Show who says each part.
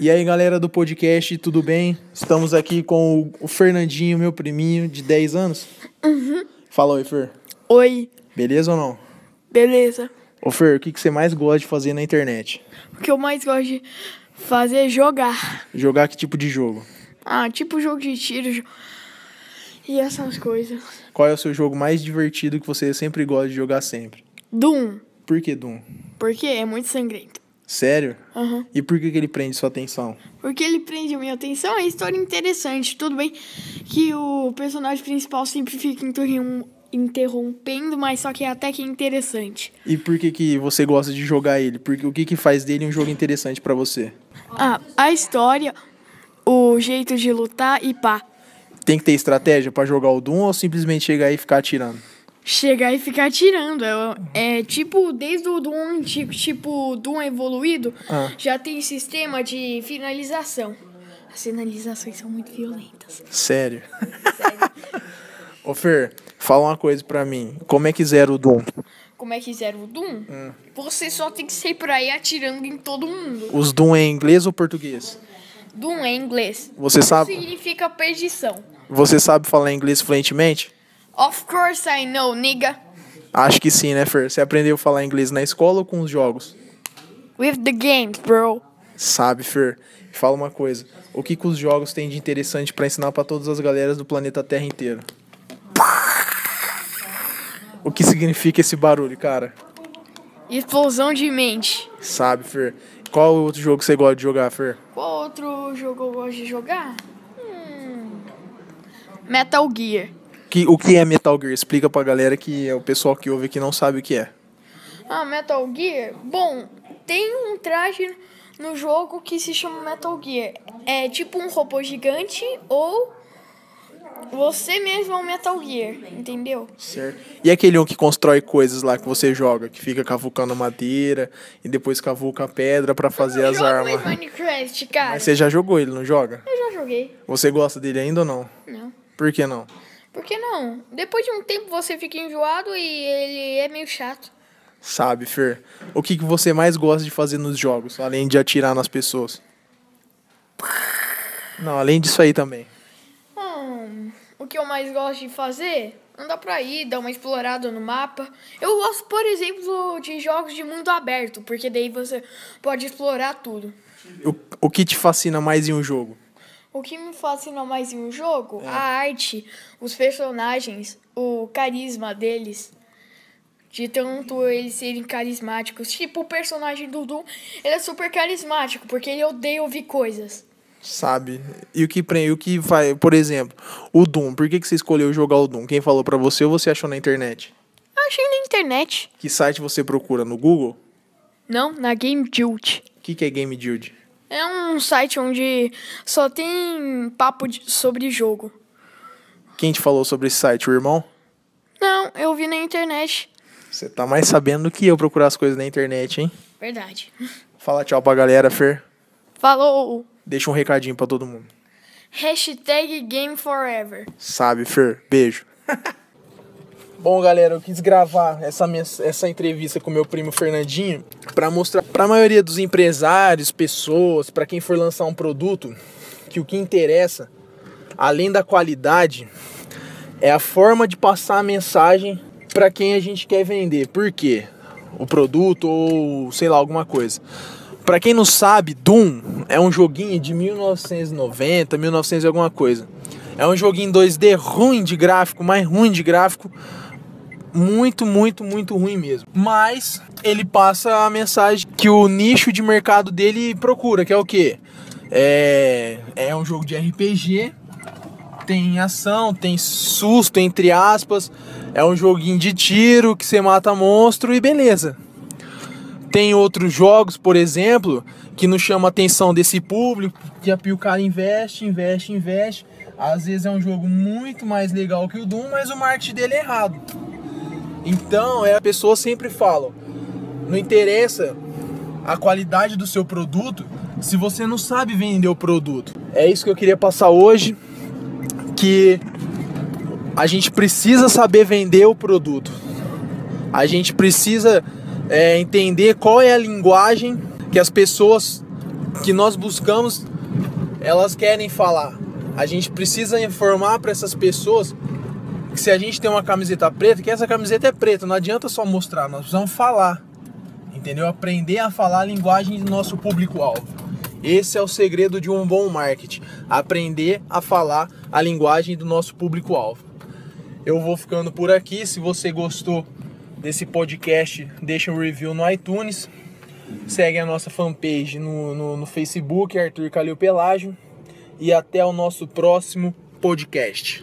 Speaker 1: E aí, galera do podcast, tudo bem? Estamos aqui com o- o Fernandinho, meu priminho, de 10 anos. Fala oi, Fer.
Speaker 2: Oi,
Speaker 1: Beleza ou não?
Speaker 2: beleza?
Speaker 1: Ô, Fer, o que, que você mais gosta de fazer na internet?
Speaker 2: O que eu mais gosto de fazer é jogar.
Speaker 1: Jogar que tipo de jogo?
Speaker 2: Ah, tipo jogo de tiro jo- e essas coisas.
Speaker 1: Qual é o seu jogo mais divertido que você sempre gosta de jogar sempre?
Speaker 2: Doom,
Speaker 1: Por que Doom?
Speaker 2: porque é muito sangrento.
Speaker 1: Sério?
Speaker 2: Aham.
Speaker 1: E por que, que ele prende sua atenção?
Speaker 2: Porque ele prende a minha atenção, é história interessante. Tudo bem que o personagem principal sempre fica interrom- interrompendo, mas só que até que é interessante.
Speaker 1: E por que, que você gosta de jogar ele? Porque o que, que faz dele um jogo interessante pra você?
Speaker 2: Ah, a história, o jeito de lutar e pá.
Speaker 1: Tem que ter estratégia pra jogar o Doom ou simplesmente chegar aí e ficar atirando?
Speaker 2: Chegar e ficar tirando. É, é tipo, desde o Doom antigo, tipo, Doom evoluído,
Speaker 1: Ah.
Speaker 2: já tem sistema de finalização. As finalizações são muito violentas.
Speaker 1: Sério. Ô, Fer, fala uma coisa pra mim. Como é que zera o Doom?
Speaker 2: Como é que zera o Doom? Você só tem que sair por aí atirando em todo mundo.
Speaker 1: Os Doom é em inglês ou português?
Speaker 2: Doom é em inglês.
Speaker 1: Você sabe,
Speaker 2: Significa perdição.
Speaker 1: você sabe falar inglês fluentemente?
Speaker 2: Of course I know, nigga.
Speaker 1: Acho que sim, né, Fer? Você aprendeu a falar inglês na escola ou com os jogos?
Speaker 2: With the games, bro.
Speaker 1: Sabe, Fer. Fala uma coisa. O que, que os jogos têm de interessante pra ensinar pra todas as galeras do planeta Terra inteiro? O que significa esse barulho, cara?
Speaker 2: Explosão de mente.
Speaker 1: Sabe, Fer. Qual outro jogo que você gosta de jogar, Fer?
Speaker 2: Qual outro jogo eu gosto de jogar? Hum. Metal Gear.
Speaker 1: Que, o que é Metal Gear? Explica pra galera que é o pessoal que ouve que não sabe o que é.
Speaker 2: Ah, Metal Gear? Bom, tem um traje no jogo que se chama Metal Gear. É tipo um robô gigante ou você mesmo é um Metal Gear, entendeu?
Speaker 1: Certo. E aquele um que constrói coisas lá que você joga, que fica cavucando madeira e depois cavuca a pedra pra fazer as
Speaker 2: Jogo em
Speaker 1: armas.
Speaker 2: um Minecraft, cara.
Speaker 1: Mas você já jogou ele, não joga?
Speaker 2: Eu já joguei.
Speaker 1: Você gosta dele ainda ou não?
Speaker 2: Não.
Speaker 1: Por que não?
Speaker 2: Por que não? Depois de um tempo você fica enjoado e ele é meio chato.
Speaker 1: Sabe, Fer. O que, que você mais gosta de fazer nos jogos, além de atirar nas pessoas? Não, além disso aí também.
Speaker 2: Hum, o que eu mais gosto de fazer? Andar por aí, dar uma explorada no mapa. Eu gosto, por exemplo, de jogos de mundo aberto, porque daí você pode explorar tudo.
Speaker 1: O, o que te fascina mais em um jogo?
Speaker 2: O que me fascina mais em um jogo? A arte, os personagens, o carisma deles. De tanto eles serem carismáticos. Tipo, o personagem do Doom, ele é super carismático, porque ele odeia ouvir coisas.
Speaker 1: Sabe? E o que prende, o que vai, por exemplo, o Doom. Por que, que você escolheu jogar o Doom? Quem falou pra você ou você achou na internet?
Speaker 2: Achei na internet.
Speaker 1: Que site você procura no Google?
Speaker 2: Não, na Game Jolt.
Speaker 1: O que, que é Game Dude?
Speaker 2: É um site onde só tem papo de- sobre jogo.
Speaker 1: Quem te falou sobre esse site, o irmão?
Speaker 2: Não, eu vi na internet.
Speaker 1: Você tá mais sabendo do que eu procurar as coisas na internet, hein?
Speaker 2: Verdade.
Speaker 1: Fala tchau pra galera, Fer.
Speaker 2: Falou!
Speaker 1: Deixa um recadinho pra todo mundo.
Speaker 2: Hashtag Game Forever.
Speaker 1: Sabe, Fer. Beijo. Bom, galera, eu quis gravar essa, minha, essa entrevista com meu primo Fernandinho pra mostrar pra maioria dos empresários, pessoas, pra quem for lançar um produto, que o que interessa, além da qualidade, é a forma de passar a mensagem pra quem a gente quer vender. Por quê? O produto ou sei lá, alguma coisa. Pra quem não sabe, Doom é um joguinho de 1990, 1900 e alguma coisa. É um joguinho 2D ruim de gráfico, mais ruim de gráfico, muito, muito, muito ruim mesmo. Mas ele passa a mensagem que o nicho de mercado dele procura, que é o quê? É, é um jogo de RPG, tem ação, tem susto, entre aspas. É um joguinho de tiro que você mata monstro e beleza. Tem outros jogos, por exemplo, que não chama a atenção desse público, que a o cara investe, investe, investe. Às vezes é um jogo muito mais legal que o Doom, mas o marketing dele é errado. Então, é, as pessoas sempre falam: não interessa a qualidade do seu produto se você não sabe vender o produto. É isso que eu queria passar hoje, que a gente precisa saber vender o produto. A gente precisa é, entender qual é a linguagem que as pessoas que nós buscamos, elas querem falar. A gente precisa informar para essas pessoas que se a gente tem uma camiseta preta, que essa camiseta é preta, não adianta só mostrar, nós precisamos falar. Entendeu? Aprender a falar a linguagem do nosso público-alvo. Esse é o segredo de um bom marketing, aprender a falar a linguagem do nosso público-alvo. Eu vou ficando por aqui, se você gostou desse podcast, deixa um review no iTunes. Segue a nossa fanpage no, no, no Facebook, Arthur Calil Pelágio. E até o nosso próximo podcast.